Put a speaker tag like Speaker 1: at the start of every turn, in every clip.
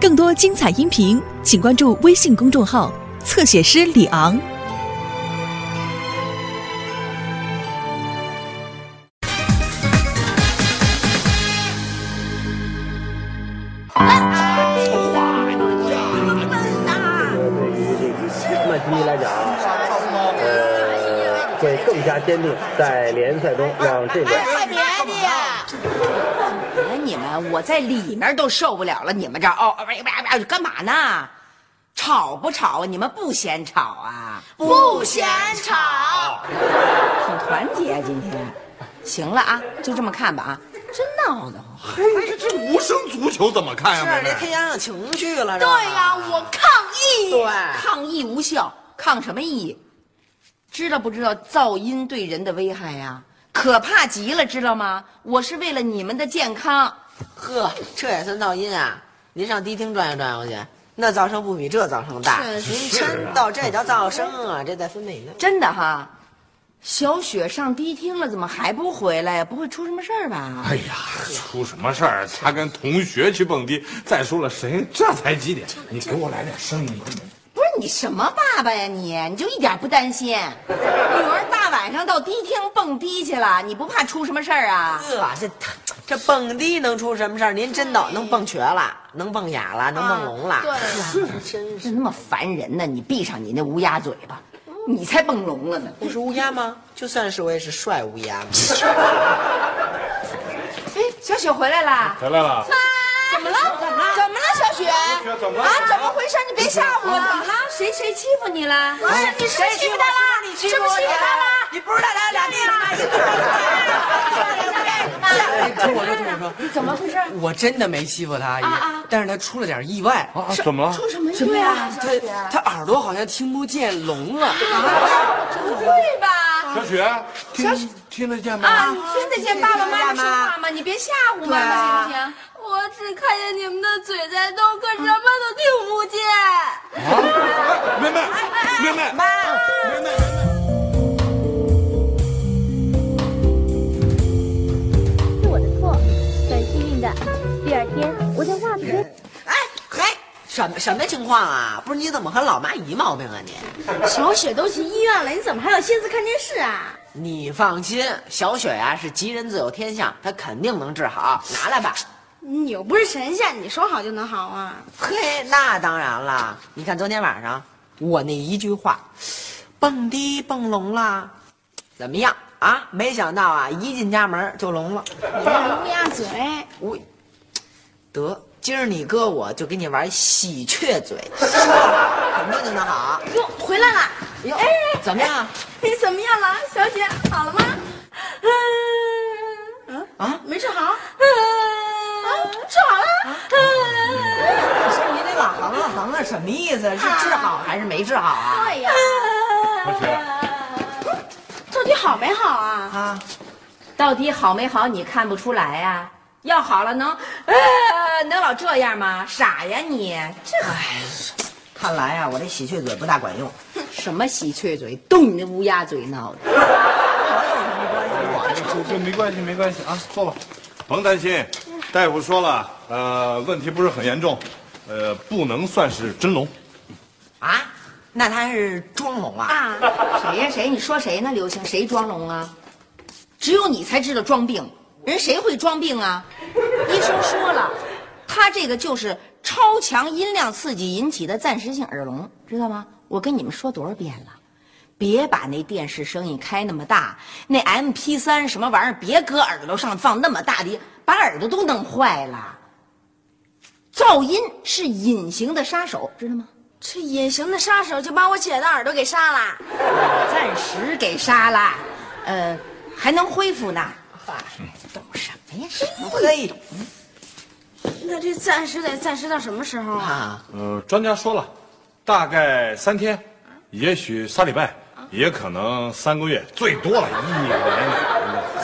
Speaker 1: 更多精彩音频，请关注微信公众号“侧写师李昂
Speaker 2: 曼奇尼来讲啊，呃，会更加坚定在联赛中让这个
Speaker 3: 快别的！
Speaker 4: 你们，我在里面都受不了了，你们这哦，哎呀哎呀哎呀干嘛呢？吵不吵啊？你们不嫌吵啊？
Speaker 3: 不嫌吵，
Speaker 4: 挺团结啊，今天。行了啊，就这么看吧啊，真闹得慌。
Speaker 5: 这这无声足球怎么看呀、妹
Speaker 6: 这
Speaker 5: 妹？
Speaker 6: 添加上情绪了，
Speaker 3: 对呀、我抗议。
Speaker 6: 对，
Speaker 4: 抗议无效，抗什么议？知道不知道噪音对人的危害呀、可怕极了，知道吗？我是为了你们的健康。
Speaker 6: 呵，这也算噪音啊！您上迪厅转悠转悠去，那噪声不比这噪声大。您
Speaker 5: 啊
Speaker 6: 真到这叫噪声啊，这带分贝呢。
Speaker 4: 真的哈，小雪上迪厅了，怎么还不回来呀？不会出什么事儿吧？
Speaker 5: 哎呀，出什么事儿？他跟同学去蹦迪。再说了，谁这才几点？你给我来点声音，快点！
Speaker 4: 不是你什么爸爸呀你？你就一点不担心？女儿大晚上到迪厅蹦迪去了，你不怕出什么事儿啊？
Speaker 6: 呵，这这蹦迪能出什么事儿？您真的能蹦瘸了，能蹦哑了，能蹦聋了。
Speaker 3: 对，
Speaker 6: 真是
Speaker 4: 这那么烦人呢！你闭上你那乌鸦嘴吧，你才蹦聋了呢。
Speaker 6: 我是乌鸦吗？就算是我也是帅乌鸦嘛。
Speaker 4: 哎，小雪回来啦？
Speaker 5: 回来了，
Speaker 4: 怎么了？怎么了？怎么了，小雪？
Speaker 5: 怎么
Speaker 3: 啊，怎么回事？你别吓我！
Speaker 4: 怎么了？谁谁欺负你了？
Speaker 3: 不是，啊哎你是不是欺负他了？
Speaker 6: 你
Speaker 3: 是不是欺负他了？
Speaker 6: 你不知道他俩哎，听我说，听我说，
Speaker 4: 怎么回事？
Speaker 6: 我真的没欺负他阿姨，但是他出了点意外，
Speaker 5: 啊，怎么了？
Speaker 4: 出什么事啊？
Speaker 6: 他他耳朵好像听不见，聋了。啊
Speaker 3: 嗯
Speaker 4: 不会吧？
Speaker 5: 小雪，听听得见吗？
Speaker 4: 啊，你听得见爸爸妈妈说话吗？你别吓唬妈
Speaker 3: 啊
Speaker 4: 妈行不行？
Speaker 7: 我只看见你们的嘴在动，可什么都听不见。
Speaker 5: 啊妹妹，妹妹，妹妹，
Speaker 7: 是我的错，很幸运的，第二天我在袜子里
Speaker 6: 哎，嘿，什么什么情况啊？不是你怎么和老妈一毛病啊你？
Speaker 7: 小雪都去医院了，你怎么还有心思看电视啊？
Speaker 6: 你放心，小雪呀、是吉人自有天相，她肯定能治好，拿来吧。
Speaker 7: 你又不是神仙，你说好就能好啊？
Speaker 6: 嘿，那当然了。你看昨天晚上我那一句话，蹦迪蹦聋啦，怎么样啊？没想到啊，一进家门就聋了。
Speaker 7: 你那乌鸦嘴，
Speaker 6: 我得今儿你哥我就给你玩喜 鹊嘴，肯定就能好。
Speaker 7: 哟，回来了，
Speaker 6: 哟，怎么样？
Speaker 7: 你怎么样了，小雪？好了吗？ 嗯
Speaker 6: 啊，
Speaker 7: 没治好？啊，治好了。
Speaker 6: 不是你得老行了，行了，什么意思？是治好还是没治好啊？
Speaker 4: 哎
Speaker 7: 对呀，
Speaker 5: 小雪，
Speaker 7: 到底好没好啊？
Speaker 6: 啊，
Speaker 4: 到底好没好，你看不出来呀、要好了能，呃，能老这样吗？傻呀你！
Speaker 6: 看来啊，我这喜鹊嘴不大管用。
Speaker 4: 什么喜鹊嘴，动你那乌鸦嘴闹的。
Speaker 5: 这哎这没关系，没关系啊，坐吧，甭担心。大夫说了，呃，问题不是很严重，呃，不能算是真聋。
Speaker 6: 啊，那他是装聋啊？
Speaker 7: 啊，
Speaker 4: 谁呀谁？你说谁呢？刘星，谁装聋啊？只有你才知道装病，人谁会装病啊？医生说了，他这个就是超强音量刺激引起的暂时性耳聋，知道吗？我跟你们说多少遍了，别把那电视声音开那么大，那 M P 三什么玩意儿，别搁耳朵上放那么大的，把耳朵都弄坏了。噪音是隐形的杀手，知道吗？
Speaker 7: 这隐形的杀手就把我姐的耳朵给杀了。
Speaker 4: 暂时给杀了，呃，还能恢复呢。懂什么呀？
Speaker 6: 嘿
Speaker 7: 那这暂时得暂时到什么时候啊？
Speaker 6: 啊，
Speaker 5: 呃，专家说了，大概三天，也许仨礼拜，也可能三个月，最多了一年。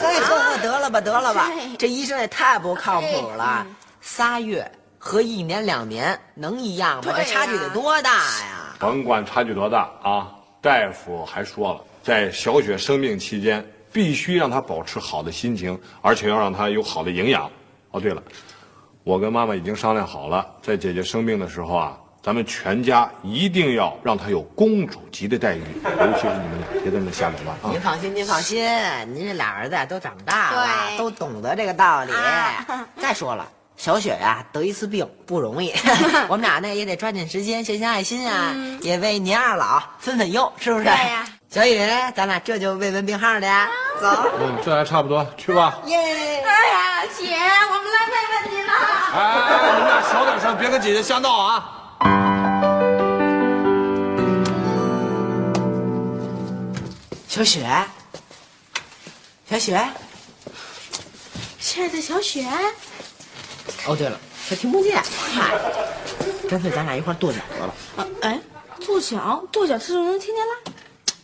Speaker 6: 嘿呵呵，得了吧，得了吧
Speaker 7: 嘿，
Speaker 6: 这医生也太不靠谱了。仨月和一年两年能一样吗？这差距得多大呀？
Speaker 5: 甭管差距多大啊，大夫还说了，在小雪生病期间，必须让她保持好的心情，而且要让她有好的营养。哦，对了，我跟妈妈已经商量好了，在姐姐生病的时候啊，咱们全家一定要让她有公主级的待遇，尤其是你们俩，别在那瞎捣乱
Speaker 6: 您
Speaker 3: 哦
Speaker 5: 啊！
Speaker 6: 放心，您放心，您这俩儿子啊都长大了，
Speaker 3: 对
Speaker 6: 都懂得这个道理
Speaker 3: 啊。
Speaker 6: 再说了，小雪啊得一次病不容 易，我们俩呢也得抓紧时间献献爱心啊，也为您二老分分忧，是不是？
Speaker 3: 嗯对 呀啊
Speaker 6: 小雨，咱俩这就慰问病号去，走，
Speaker 5: 嗯，这还差不多，去吧。
Speaker 6: 耶！
Speaker 3: 哎呀，姐，我们来慰问你了。
Speaker 5: 哎哎，哎你们俩小点声，别跟姐姐瞎闹啊！
Speaker 6: 小雪，小雪，
Speaker 3: 亲爱的小雪，
Speaker 6: 哦对了，他听不见，嗨，干脆咱俩一块儿跺脚得了。
Speaker 3: 哎，跺脚，跺脚，这就能听见了。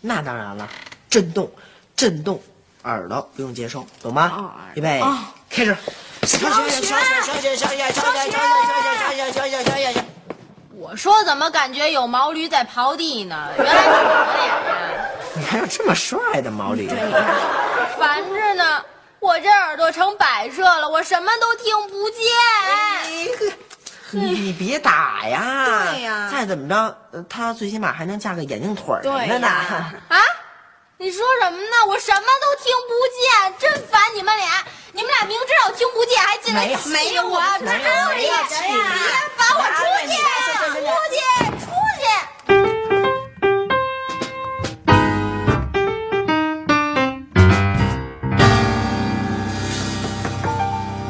Speaker 6: 那当然了，震动，震动，耳朵不用接收，懂吗？预备，开始。小雪，小雪，小雪，小雪，小雪，小雪，小雪，小雪，小雪，小雪，
Speaker 4: 我说怎么感觉有毛驴在刨地呢？原来是我脸呀！
Speaker 6: 你还有这么帅的毛驴？
Speaker 4: 烦着呢，我这耳朵成摆设了，我什么都听不见。
Speaker 6: 你你别打呀！
Speaker 4: 对呀
Speaker 6: 再怎么着，呃他最起码还能架个眼镜腿儿
Speaker 3: 对
Speaker 6: 呢呢。
Speaker 3: 呀
Speaker 4: 啊！你说什么呢？我什么都听不见，真烦你们俩！你们俩明知道我听不见，还进来
Speaker 6: 没有
Speaker 4: 气我，哪
Speaker 6: 没有
Speaker 4: 有
Speaker 6: 没
Speaker 4: 你
Speaker 6: 有
Speaker 4: 呀？
Speaker 6: 气
Speaker 4: 别烦我出去，
Speaker 6: 哪有
Speaker 4: 出去，出去！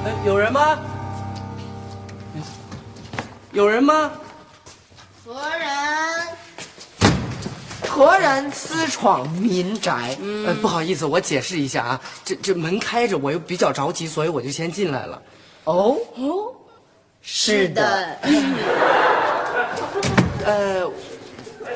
Speaker 8: 哎，有人吗？有人吗？
Speaker 4: 何人？
Speaker 8: 何然私闯民宅？呃，不好意思，我解释一下啊，这这门开着，我又比较着急，所以我就先进来了。
Speaker 6: 哦哦，是的，，
Speaker 8: 呃，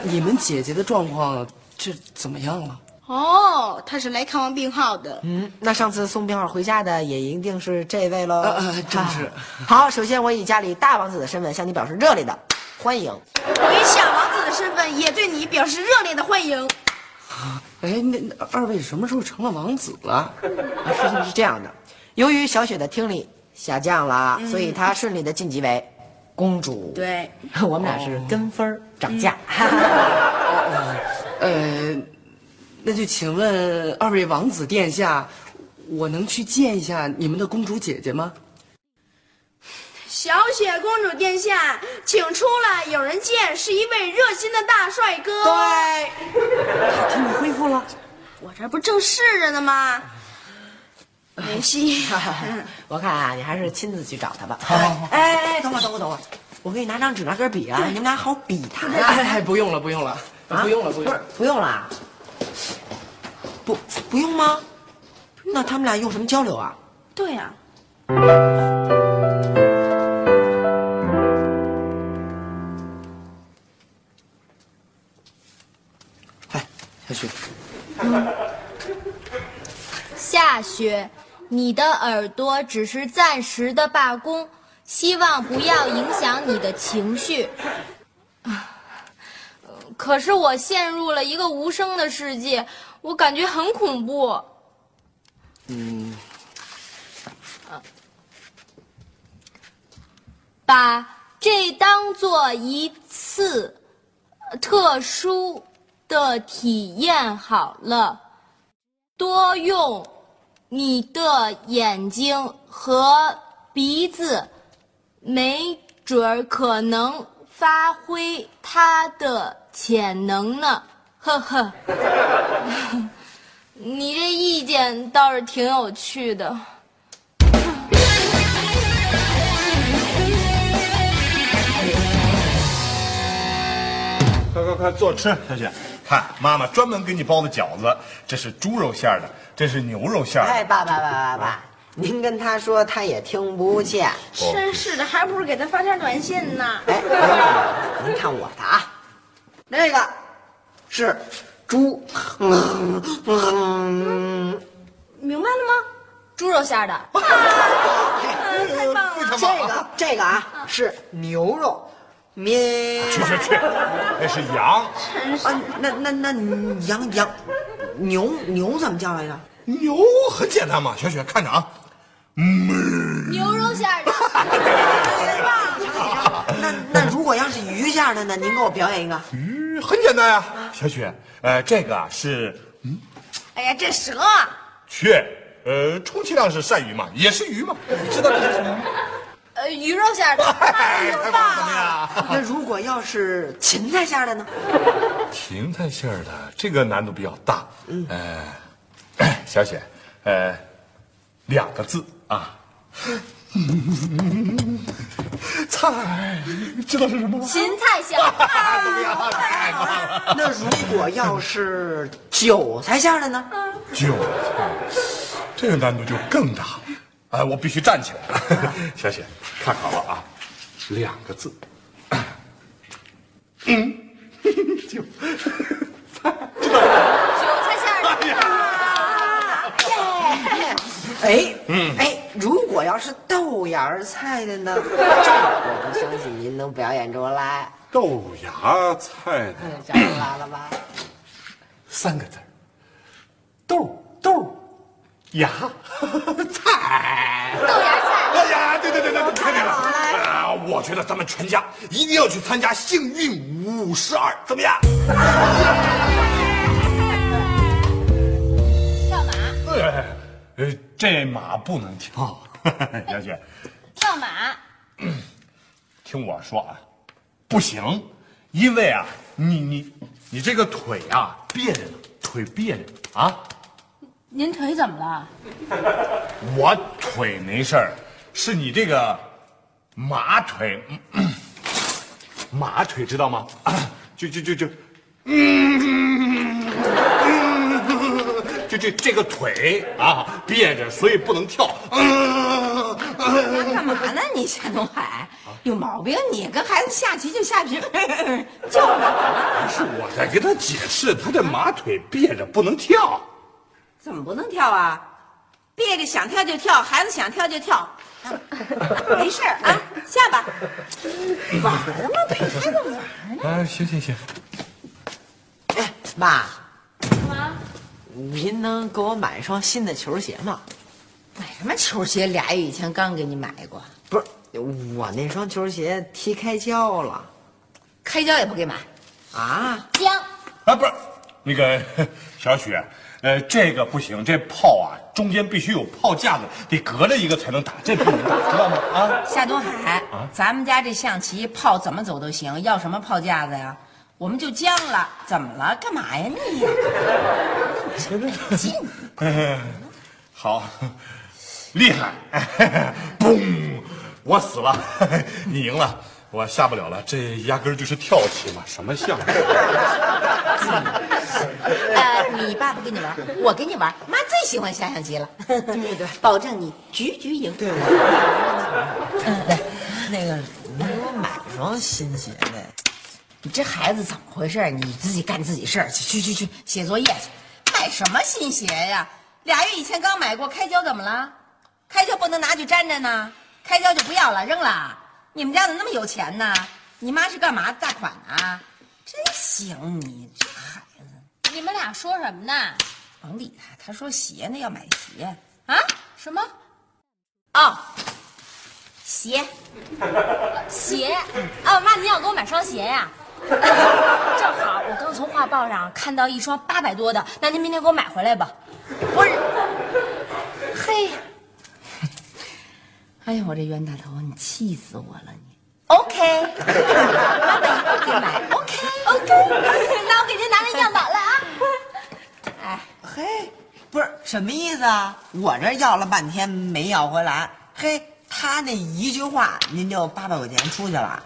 Speaker 8: 你们姐姐的状况这怎么样了？
Speaker 3: 哦，他是来看望病号的。
Speaker 6: 嗯，那上次送病号回家的也一定是这位喽。
Speaker 8: 呃呃真是
Speaker 6: 啊好，首先我以家里大王子的身份向你表示热烈的欢迎。
Speaker 3: 我以小王子的身份，也对你表示热烈的欢迎。
Speaker 8: 哎，那那二位什么时候成了王子了？
Speaker 6: 啊事情是这样的，由于小雪的听力下降了，
Speaker 8: 嗯
Speaker 6: 所以她顺利的晋级为公主。，
Speaker 3: 对，
Speaker 6: 我们俩是跟分儿涨价。
Speaker 8: 哦呃，那就请问二位王子殿下，我能去见一下你们的公主姐姐吗？
Speaker 3: 小雪公主殿下，请出来，有人见，是一位热心的大帅哥。对，
Speaker 8: 听你恢复了。
Speaker 3: 我这不正试着呢吗？没戏。
Speaker 4: 哎
Speaker 6: 我看啊，你还是亲自去找她吧。哎哎，等会儿，等会儿，等会儿，我给你拿张纸，拿根笔啊，你们俩好比谈啊。
Speaker 8: 哎，不用了，不用了，不用了，不用
Speaker 6: 是
Speaker 8: 了。
Speaker 6: 不用了，啊不不用吗？
Speaker 8: 啊
Speaker 6: 那他们俩用什么交流啊？
Speaker 3: 对呀、
Speaker 8: 哎，小雪，
Speaker 9: 夏雪，你的耳朵只是暂时的罢工，希望不要影响你的情绪。啊可是我陷入了一个无声的世界，我感觉很恐怖。
Speaker 8: 嗯，
Speaker 9: 把这当做一次呃特殊的体验好了，多用你的眼睛和鼻子，没准儿可能发挥它的潜能呢。呵呵， 你这意见倒是挺有趣的。
Speaker 5: 快快快，坐吃，小雪。看，妈妈专门给你包的饺子，这是猪肉馅儿的，这是牛肉馅儿
Speaker 6: 哎，
Speaker 5: 的。
Speaker 6: 爸爸爸爸爸，您跟他说，他也听不见。
Speaker 3: 真是的，还不如给他发条短信呢。
Speaker 6: 哎，您看我的啊，那个是猪，嗯嗯，
Speaker 3: 明白了吗？
Speaker 9: 猪肉馅儿的。
Speaker 3: 太棒了！
Speaker 6: 这个这个啊是牛肉面
Speaker 5: 去去去，那是羊，
Speaker 6: 啊，那那那羊羊牛牛怎么叫来着？
Speaker 5: 牛很简单嘛。小雪看着啊，
Speaker 9: 牛肉馅儿的。
Speaker 6: 像是鱼样的呢？您给我表演一个。
Speaker 5: 鱼嗯很简单呀、小雪，呃，这个啊是
Speaker 4: 哎呀，这蛇
Speaker 5: 雀，呃，充其量是鳝鱼嘛，也是鱼嘛，你知道这是什么吗？
Speaker 4: 呃，鱼肉 馅的，哎呦
Speaker 5: 太棒了怎么
Speaker 4: 爸，
Speaker 5: 样？
Speaker 6: 那如果要是芹菜馅儿的 呢？
Speaker 5: 芹菜馅儿的这个难度比较大。嗯，呃，小雪，呃，两个字啊。菜，知道是什么吗？
Speaker 9: 芹菜馅。
Speaker 5: 怎么样？太棒了！
Speaker 6: 那如果要是韭菜馅儿的呢？
Speaker 5: 韭菜，这个难度就更大。哎，我必须站起来。 小雪，看好了啊，两个字。嗯，就
Speaker 9: 韭菜馅儿的。
Speaker 6: 哎，嗯，哎，如果要是豆芽儿菜的呢？这我不相信您能表演出来，
Speaker 5: 豆芽菜的
Speaker 6: 想嗯出来了吧？
Speaker 5: 三个字儿豆豆芽菜。
Speaker 9: 豆芽菜。
Speaker 5: 哎呀，对对对对对，太对了！啊，我觉得咱们全家一定要去参加幸运五十二，怎么样？
Speaker 9: 跳马，
Speaker 5: 呃，这马不能跳。哦 小雪，
Speaker 9: 跳马，
Speaker 5: 听我说啊，不行，因为啊，你你你这个腿啊别着呢，腿别着呢啊。
Speaker 9: 您腿怎么了？
Speaker 5: 我腿没事儿，是你这个马腿， 嗯马腿知道吗？ 就就就就，嗯，嗯就这这个腿啊憋着，所以不能跳。 嗯嗯
Speaker 4: 干嘛呢你夏东海？有毛病你？跟孩子下棋就下棋，叫什么？
Speaker 5: 是我在给他解释，他这马腿憋着不能跳。
Speaker 4: 怎么不能跳啊？别着想跳就跳，孩子想跳就跳，啊没事儿啊，下吧。
Speaker 5: 哎，行行行，
Speaker 6: 哎，妈，您能给我买一双新的球鞋吗？
Speaker 4: 买什么球鞋？俩月以前刚给你买过，
Speaker 6: 不是，我那双球鞋踢开胶了
Speaker 4: 开胶也不给买。
Speaker 6: 啊！
Speaker 9: 姜，
Speaker 5: 啊，不是，那个小雪， 呃，这个不行，这炮啊，中间必须有炮架子，得隔着一个才能打，这不能打，知道吗？啊，
Speaker 4: 夏东海，咱们家这象棋炮怎么走都行，要什么炮架子呀？我们就僵了，怎么了？干嘛呀你呀？
Speaker 5: 好，厉害，嘣，我死了，你赢了，我下不了了，这压根儿就是跳棋嘛，什么象？
Speaker 4: 呃，你爸不跟你玩，我跟你玩，妈最喜欢下象棋了。对对， 保证你局局赢。对，那个，
Speaker 6: 您给我买一双新鞋呗。
Speaker 4: 你这孩子怎么回事？你自己干自己事儿去，去去去，写作业去。买什么新鞋呀？俩月以前刚买过，开胶怎么了？开胶不能拿去粘着呢，开胶就不要了，扔了。你们家怎么那么有钱呢？你妈是干嘛大款啊？真行你这孩子，
Speaker 9: 你们俩说什么呢？
Speaker 4: 甭理他。他说鞋呢，要买鞋。
Speaker 9: 啊？什么
Speaker 4: 哦，鞋，
Speaker 9: 鞋？啊，妈，您要给我买双鞋呀、 正好我刚从画报上看到一双八百多的，那您明天给我买回来吧。
Speaker 4: 不是，嘿，哎呀，我这冤大头，你气死我了你！
Speaker 9: OK
Speaker 4: 妈妈一定给买，OK。
Speaker 9: OK，那我给您拿那样板来啊。
Speaker 6: 嘿，不是什么意思啊？我这要了半天没要回来。嘿，他那一句话，您就八百块钱出去了。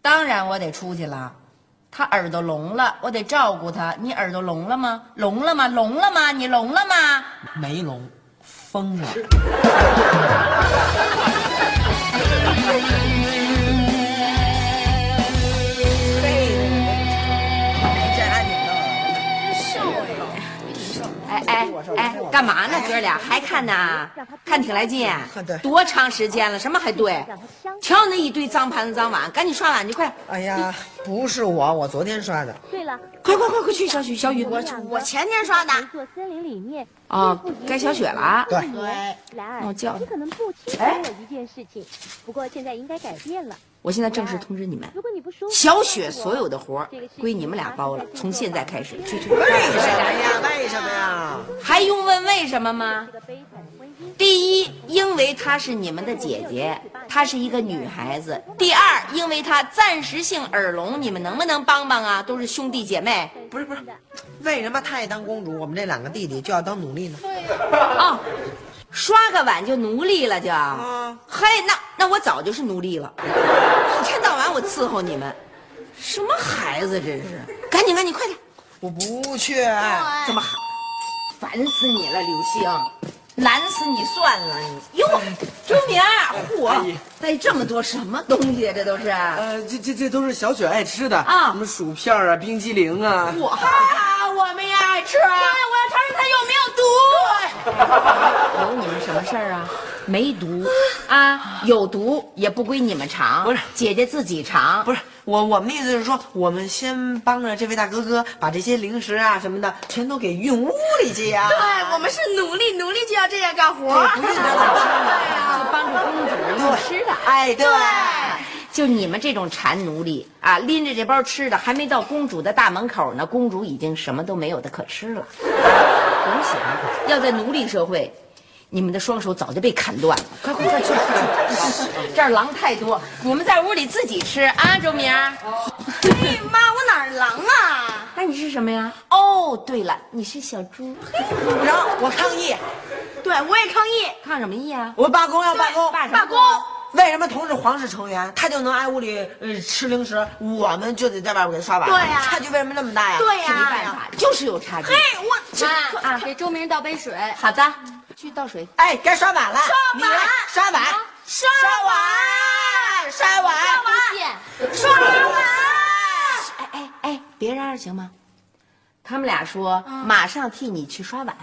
Speaker 4: 当然我得出去了，他耳朵聋了，我得照顾他。你耳朵聋了吗？聋了吗？聋了吗？你聋了吗？
Speaker 6: 没聋，疯了。嘿，这还挺逗的。
Speaker 4: 哎哎哎，干嘛呢？哥俩还看呢？看挺来劲。啊多长时间了？什么还对？瞧你那一堆脏盘子脏碗，赶紧刷碗去，快！
Speaker 6: 哎呀，不是我，我昨天刷的。
Speaker 7: 对了，
Speaker 4: 快快快快去，小雪，小雨，
Speaker 7: 我
Speaker 3: 我前天刷的，
Speaker 7: 座森林里面
Speaker 4: 啊该小雪了啊
Speaker 7: 对，兰儿，
Speaker 4: 那我叫她
Speaker 7: 你可能不清楚
Speaker 3: 哎
Speaker 7: 我一件事情，不过现在应该改变了。
Speaker 4: 我现在正式通知你们，
Speaker 7: 如果你不舒服，
Speaker 4: 小雪所有的活儿归你们俩包了，从现在开始去去。
Speaker 6: 为什么呀？为什么呀？
Speaker 4: 还用问为什么吗
Speaker 7: 这？个悲惨的婚姻。
Speaker 4: 第一，因为她是你们的姐姐，她是一个女孩子；第二，因为她暂时性耳聋，你们能不能帮帮啊？都是兄弟姐妹
Speaker 6: 不是不是，为什么她也当公主，我们这两个弟弟就要当奴隶呢？
Speaker 4: 啊、刷个碗就奴隶了就。
Speaker 6: 啊
Speaker 4: 嘿，那那我早就是奴隶了，一天到晚我伺候你们，什么孩子真是！赶紧赶紧，快点！
Speaker 6: 我不去。哎
Speaker 4: 怎么还烦死你了，刘星？懒死你算了你！哟，周明儿，啊
Speaker 8: 阿
Speaker 4: 嚯
Speaker 8: 姨，
Speaker 4: 带这么多什么东西啊？这都是
Speaker 8: 呃，这这这都是小雪爱吃的
Speaker 4: 啊
Speaker 8: 什么薯片啊，冰激凌啊。
Speaker 6: 嗯
Speaker 4: 我哎
Speaker 3: 啊，我们也爱吃啊。对，我要尝尝它有没有毒。
Speaker 4: 有你们什么事儿啊？没毒啊，有毒也不归你们尝，
Speaker 6: 不是
Speaker 4: 姐姐自己尝，
Speaker 6: 不是我，我们的意思是说，我们先帮着这位大哥哥把这些零食啊什么的全都给运屋里去呀、
Speaker 4: 哎
Speaker 3: 对，我们是奴隶，奴隶就要这样干活儿。
Speaker 6: 不是你的老师吗？
Speaker 4: 是哎帮助公主弄吃的。
Speaker 6: 哎，对，
Speaker 4: 就你们这种馋奴隶啊，拎着这包吃的还没到公主的大门口呢，公主已经什么都没有的可吃了。甭想，要在奴隶社会，你们的双手早就被砍断了。快快快去！这儿狼太多，你们在屋里自己吃啊，周明儿。
Speaker 3: 哎妈，我哪儿狼啊？
Speaker 4: 那你是什么呀？哦，对了，你是小猪。
Speaker 6: 不成，我抗议，
Speaker 3: 对，我也抗议，
Speaker 4: 抗什么议啊？
Speaker 6: 我罢工要罢工，
Speaker 4: 罢什么
Speaker 3: 罢工。
Speaker 6: 为什么同是皇室成员，他就能挨屋里呃吃零食，我们就得在外边给他刷碗？
Speaker 3: 对呀
Speaker 6: 差距为什么那么大呀？
Speaker 3: 对呀、
Speaker 4: 没办法，就是有差距。
Speaker 3: 嘿，我这
Speaker 9: 妈
Speaker 4: 啊
Speaker 9: 给周明倒杯水。
Speaker 4: 好的，去倒水。
Speaker 6: 哎，该刷碗了，
Speaker 3: 刷碗啊
Speaker 6: 你来刷碗，
Speaker 3: 刷碗，
Speaker 6: 刷碗，
Speaker 9: 不见。
Speaker 3: 刷碗。
Speaker 4: 哎哎哎，别嚷嚷行吗？他们俩说、马上替你去刷碗。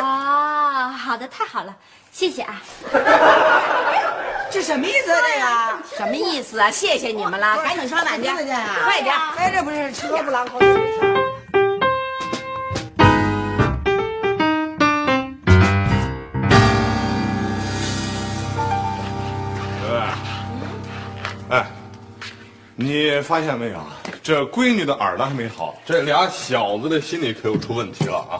Speaker 9: 啊，好的，太好了，谢谢啊。
Speaker 6: 这什么意思啊？这个。
Speaker 4: 什么意思啊？谢谢你们了，赶紧刷碗去，
Speaker 6: 听得见啊
Speaker 4: 快点。
Speaker 6: 哎，这不是吃喝不狼 口吃不上。
Speaker 5: 哎，你发现没有，啊这闺女的耳朵还没好，这俩小子的心里可又出问题了啊！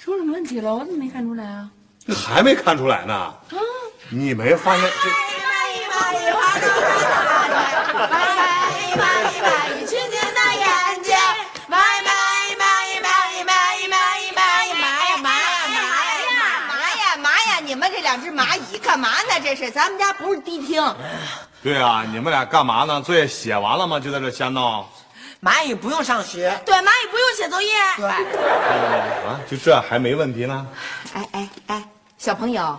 Speaker 4: 出什么问题了？我怎么没看出来啊？
Speaker 5: 这还没看出来呢。你没发现这？
Speaker 4: 麻呀麻呀！你们这两只蚂蚁干嘛呢？这是咱们家不是迪厅，
Speaker 5: 对啊，你们俩干嘛呢？作业写完了吗？就在这瞎闹
Speaker 6: 蚂蚁不用上学，
Speaker 3: 对，蚂蚁不用写作业。
Speaker 6: 对，
Speaker 5: 啊？就这还没问题呢？
Speaker 4: 哎哎哎，小朋友，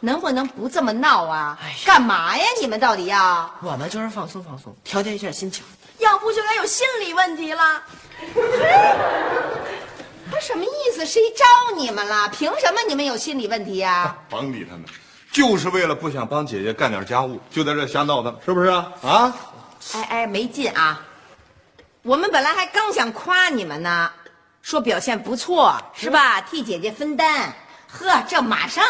Speaker 4: 能不能不这么闹啊？干嘛呀？你们到底要？
Speaker 6: 我们就是放松放松，调节一下心情。
Speaker 3: 要不就该有心理问题了。
Speaker 4: 不是什么意思？谁招你们了？凭什么你们有心理问题呀、
Speaker 5: 甭理他们，就是为了不想帮姐姐干点家务，就在这瞎闹腾，是不是啊？啊？
Speaker 4: 哎哎，没劲啊！我们本来还刚想夸你们呢，说表现不错，是吧？替姐姐分担。呵，这马上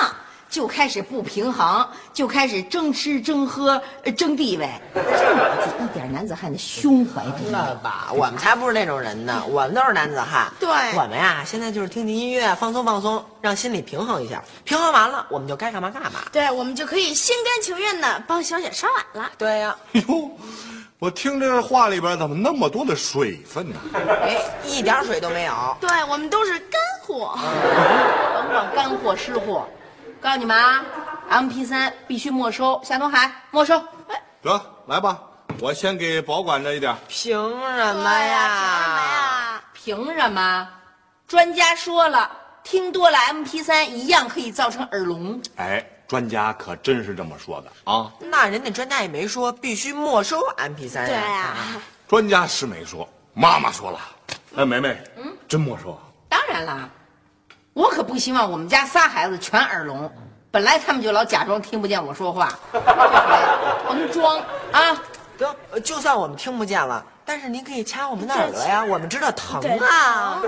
Speaker 4: 就开始不平衡，就开始争吃争喝、呃争地位，这脑子一点男子汉的胸怀都没有。
Speaker 6: 吧，我们才不是那种人呢，我们都是男子汉。
Speaker 3: 对
Speaker 6: 我们呀，现在就是听听音乐，放松放松，让心里平衡一下。平衡完了，我们就该干嘛干嘛。
Speaker 3: 对，我们就可以心甘情愿的帮小雪刷碗了。
Speaker 6: 对呀、
Speaker 5: 哟，我听这话里边怎么那么多的水分呢？
Speaker 6: 哎，一点水都没有。
Speaker 3: 对，我们都是干货。
Speaker 4: 甭管干货湿货，告诉你们啊，MP 三必须没收，夏东海没收。哎
Speaker 5: 得，来吧，我先给保管着一点。
Speaker 6: 凭什么
Speaker 3: 哎呀，
Speaker 6: 呀？
Speaker 3: 凭什么
Speaker 4: 凭
Speaker 3: 呀？
Speaker 4: 什么？专家说了，听多了 MP 三一样可以造成耳聋。
Speaker 5: 哎，专家可真是这么说的啊！
Speaker 6: 那人家专家也没说必须没收 MP 3
Speaker 3: 对呀、
Speaker 6: 啊
Speaker 5: 专家是没说，妈妈说了。哎，梅梅，嗯，真没说。
Speaker 4: 当然啦，我可不希望我们家仨孩子全耳聋。本来他们就老假装听不见 我说话，这回甭装啊！
Speaker 6: 得，呃就算我们听不见了，但是您可以掐我们的耳朵呀，我们知道疼啊。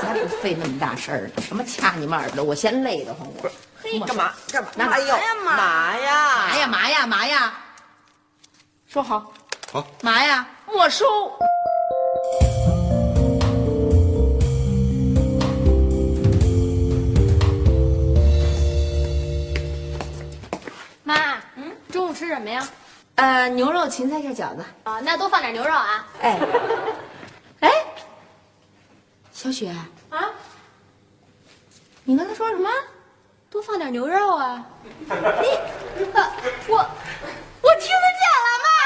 Speaker 4: 才不费那么大事儿呢，什么掐你们耳朵，我嫌累得慌。我
Speaker 6: 嘿，干嘛干嘛？
Speaker 4: 拿
Speaker 6: 哎呦，麻呀
Speaker 4: 麻！哎呀麻呀麻呀，说好
Speaker 5: 好
Speaker 4: 麻呀，没收。
Speaker 3: 妈，嗯，中午吃什么呀？
Speaker 4: 呃，牛肉芹菜馅饺子。
Speaker 3: 啊，那多放点牛肉啊。
Speaker 4: 哎，哎，小雪，
Speaker 3: 啊，
Speaker 4: 你刚才说什么？
Speaker 3: 多放点牛肉啊。你，呃我，我听得见了， 妈。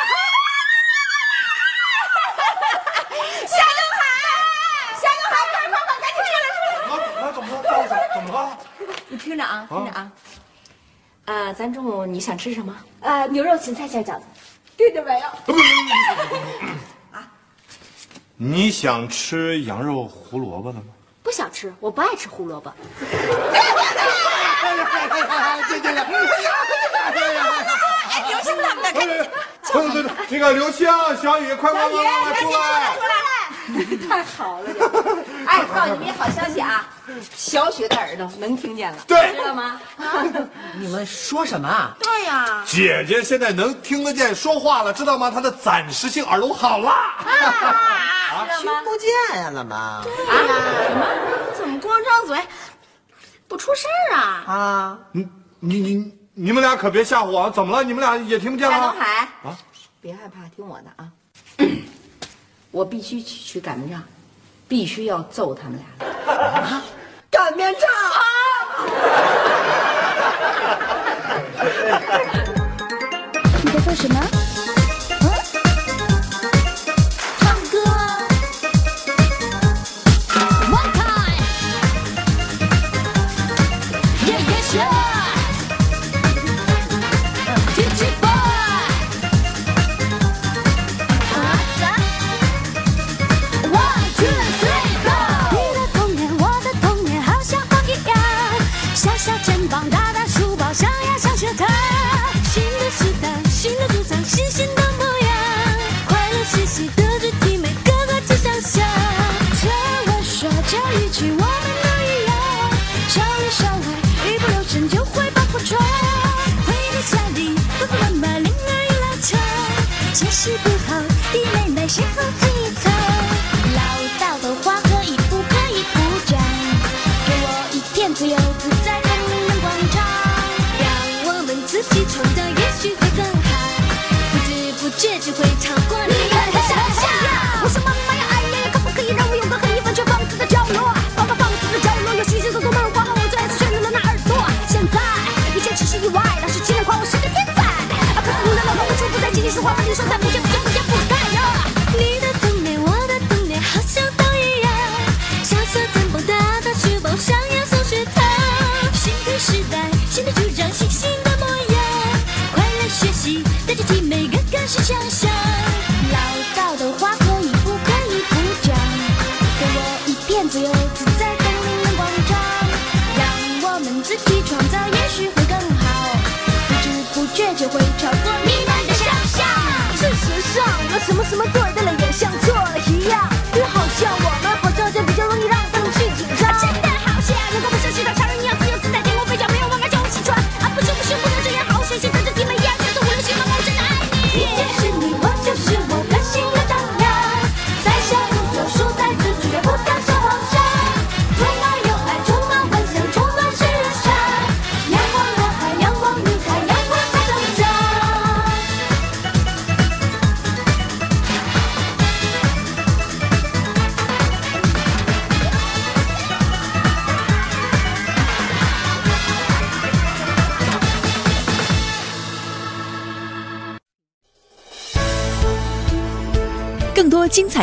Speaker 3: 夏东海，夏东海，快快快，赶紧出来出来！
Speaker 5: 妈，怎么了？怎怎么了？
Speaker 4: 你听着啊，听着啊。呃，咱中午你想吃什么？
Speaker 9: 呃，牛肉芹菜馅饺子。
Speaker 5: 你想吃羊肉胡萝卜了吗？
Speaker 3: 不想吃，我不爱吃胡萝卜。
Speaker 5: 对对对，哎，刘星他们俩赶紧，对对对，那个刘星、小雨，快快快快出来！
Speaker 4: 哎，告诉你们一好消息啊，小雪的耳朵能听见了，
Speaker 5: 对
Speaker 4: 知道吗？
Speaker 6: 你们说什么啊？
Speaker 10: 对呀、
Speaker 5: 姐姐现在能听得见说话了，知道吗？她的暂时性耳聋好啦。
Speaker 6: 听不见呀，怎么？
Speaker 10: 怎么光张嘴不出声儿啊？
Speaker 6: 啊，
Speaker 5: 你你你你们俩可别吓唬我啊！怎么了？你们俩也听不见
Speaker 3: 哎
Speaker 4: 夏东
Speaker 5: 了？
Speaker 4: 海
Speaker 5: 啊，
Speaker 4: 别害怕，听我的啊。 我必须去去擀面杖，必须要揍他们俩。
Speaker 6: 擀面杖。
Speaker 9: 你在做什么？
Speaker 3: 唱歌。One time。Yeah yeah sure。DJ boy。啊啥？One two three go。
Speaker 9: 你的童年，我的童年，好像风一样。小小肩膀，大大书包，上呀上学堂。新的时代，新的主张，新鲜的模样。快乐学习，德智体美，个个志向想。听我说这一句，我们都一样。少里少外，一不留神就会把火闯。回到家里，爸爸妈妈铃儿一拉长，学习不好，弟妹妹谁好自己藏。老大的话可以不可以鼓掌？给我一片自由自在的人广场，让我们自己创造，也许会更好。不知不觉就会超过你。你很傻很傻。我说妈妈呀，哎呀呀，可不可以让我有个可以完全放肆的角落？爸爸放肆的角落，有许许多多漫画和我最爱的选择了那耳朵。现在一切只是意外，老师竟然夸我是个天才。啊，可是你的老婆会说不在，今天说话把你说在不见不见不见不该呀。你的童年，我的童年，好像都一样。小小肩膀，大大书包，上呀上学堂。新的时代，新的主张，新新的模样。快乐学习，带着体美，个个是强项。唠叨的话可以不可以不讲？给我一片自由自在的人广场，让我们自己创造，也许会更好。不知不觉就会超过你们的想象。
Speaker 11: 事实上，我们什么什么对的了，也像错了一样。就好像我们活着就比较容易让他们去紧张。
Speaker 3: 真的好险！如果不是学到超人一样自由自在，天空飞翔，没有妈妈叫我起床。啊，不行不行，不能这样！好学习，德智体美，一二三四五六七八，我真的爱你。
Speaker 11: 你就是你，我就是我，个性的张扬。在下路走，树在自己，绝不当小皇上。充满友爱，充满幻想，充满时尚。阳光男孩，阳光女孩，阳光在成长。
Speaker 7: 更多精彩